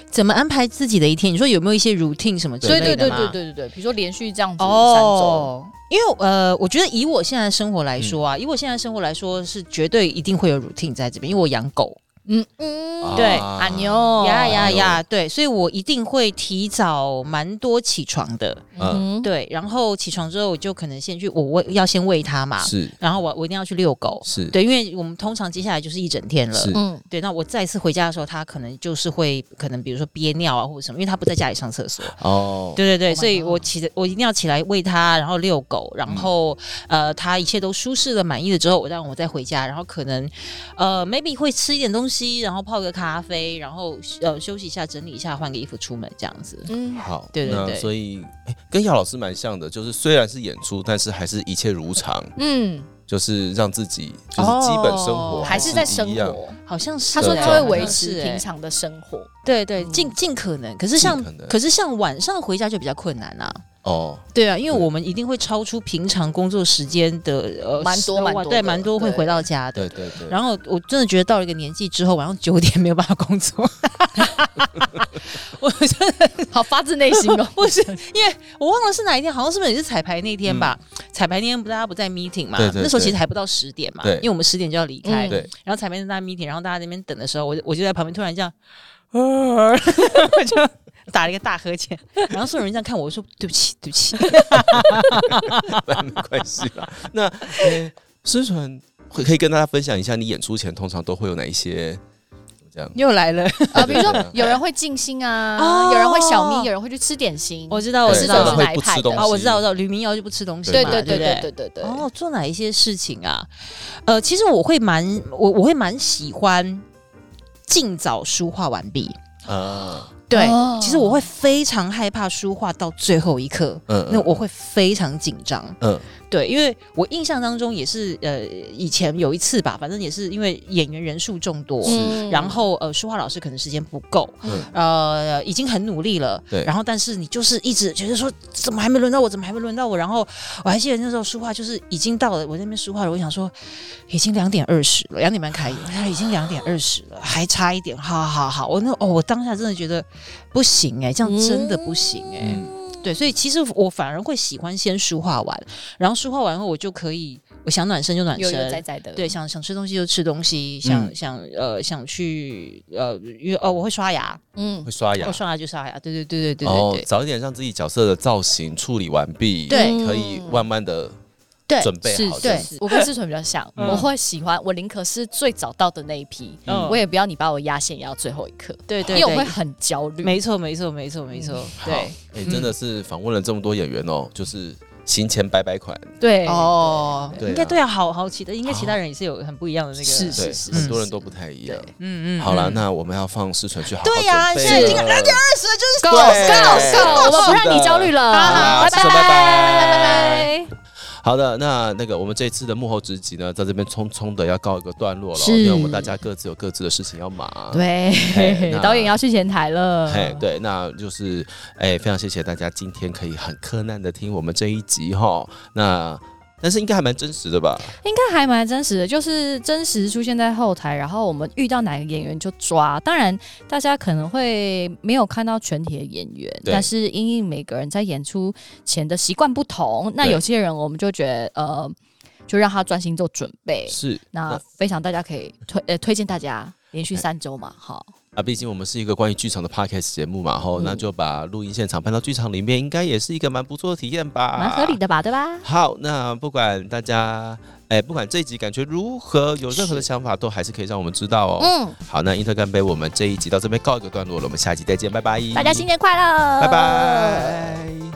怎么安排自己的一天？你说有没有一些 routine 什么之对类对对的吗对对对对，比如说连续这样子三周，哦，因为呃，我觉得以我现在的生活来说嗯啊，以我现在的生活来说，是绝对一定会有 routine 在这边，因为我养狗，嗯嗯，对啊阿牛，呀呀哎呦呀，对，所以我一定会提早蛮多起床的，嗯，对，然后起床之后我就可能先去，我喂要先喂它嘛，是然后我我一定要去遛狗，是，对，因为我们通常接下来就是一整天了，是嗯，对，那我再次回家的时候，它可能就是会可能比如说憋尿啊或者什么，因为它不在家里上厕所，哦，对对对 Oh my 所以 God 我起的我一定要起来喂它，然后遛狗，然后、嗯呃，它一切都舒适的、满意了之后，我让我再回家，然后可能呃，maybe 会吃一点东西，然后泡个咖啡，然后呃休息一下，整理一下，换个衣服出门这样子。嗯，好，对对那对所以哎跟姚老师蛮像的，就是虽然是演出，但是还是一切如常，嗯，就是让自己就是基本生活哦还是在一生样，活。好像是他说欸他会好维像是持欸平常的生活，嗯对对，尽尽可能。可是尽像可能可是像晚上回家就比较困难啊。哦，对啊，因为对我们一定会超出平常工作时间的呃蛮多10蛮万多对的蛮多会对回到家的。对对对，然后我真的觉得到了一个年纪之后，晚上九点没有办法工作，我真的 *laughs* 好发自内心哦，不是因为我忘了是哪一天，好像是不是也是彩排那天吧？彩排那天不大家不在 meeting 嘛？嗯对对对那时候其实还不到十点嘛，对因为我们十点就要离开。嗯对然后彩排那大家 meeting，然后大家在那边等的时候，我就我就在旁边突然 *laughs* 这样，呃，我就打了一个大呵欠，然后所有人这样看我，我说对不起，对不起。 *laughs* 没关系啦。 *laughs* 那呃，思纯会可以跟大家分享一下，你演出前通常都会有哪一些怎么讲？又来了，啊，比如说对对对有人会静心啊哦，有人会小咪，有人会去吃点心，我知道，我对知有道人是。会不吃东西，啊，我知道，我知道，吕明瑶就不吃东西嘛，对对对对不对对对对，哦，做哪一些事情啊？呃，其实我会蛮我我会蛮喜欢尽早书画完毕。呃啊，对，哦其实我会非常害怕书画到最后一刻，嗯那我会非常紧张。嗯对，因为我印象当中也是呃，以前有一次吧，反正也是因为演员人数众多。嗯然后呃，书画老师可能时间不够，嗯呃，已经很努力了，对然后但是你就是一直觉得说，怎么还没轮到我？怎么还没轮到我？然后我还记得那时候书画就是已经到了我那边书画了，我想说已经两点二十了，两点半开演，我想已经两点二十了，还差一点，好好好，我那哦，我当下真的觉得不行哎、这样真的不行哎、嗯对，所以其实我反而会喜欢先书画完，然后书画完后我就可以，我想暖身就暖有身，有在在的，对，想想吃东西就吃东西，想、嗯想呃想去呃，因为哦我会刷牙，嗯，会刷牙我，刷牙就刷牙，对对对对对哦对对，早一点让自己角色的造型处理完毕，对可以慢慢的对准备好，对，我跟志纯比较像，我会喜欢我宁可是最早到的那一批，嗯我也不要你把我压线压到最后一刻，对对因为我对会很焦虑。没错没错没错没错，*laughs* 好对，嗯哎，真的是访问了这么多演员哦，就是行前百百款，对，哦，对应该对啊，好好奇的，应该其他人也是有很不一样的那个，是对，很多人都不太一样。嗯嗯，好了，嗯那我们要放思纯去好好对呀准备现在已经了 아,是就是 Go Go 对 Go！我们不是的让你焦虑了，好拜思纯拜拜拜。好的，那那个我们这次的幕后直击呢，在这边匆匆的要告一个段落了，是因为我们大家各自有各自的事情要忙。啊嘿对那， *laughs* 导演要去前台了。嘿，对，那就是哎，非常谢谢大家今天可以很困难的听我们这一集哈。那但是应该还蛮真实的吧？应该还蛮真实的，就是真实出现在后台，然后我们遇到哪个演员就抓。当然，大家可能会没有看到全体的演员，对但是因应每个人在演出前的习惯不同，那对有些人我们就觉得呃，就让他专心做准备。是那非常大家可以推呃推荐大家连续三周嘛，好，啊，毕竟我们是一个关于剧场的 podcast 节目嘛，吼，那就把录音现场搬到剧场里面，应该也是一个蛮不错的体验吧？蛮合理。的吧，对吧？好，那不管大家，哎、不管这一集感觉如何，有任何的想法都还是可以让我们知道哦。嗯，好，那英特干杯，我们这一集到这边告一个段落了，我们下集再见，拜拜，大家新年快乐，拜拜。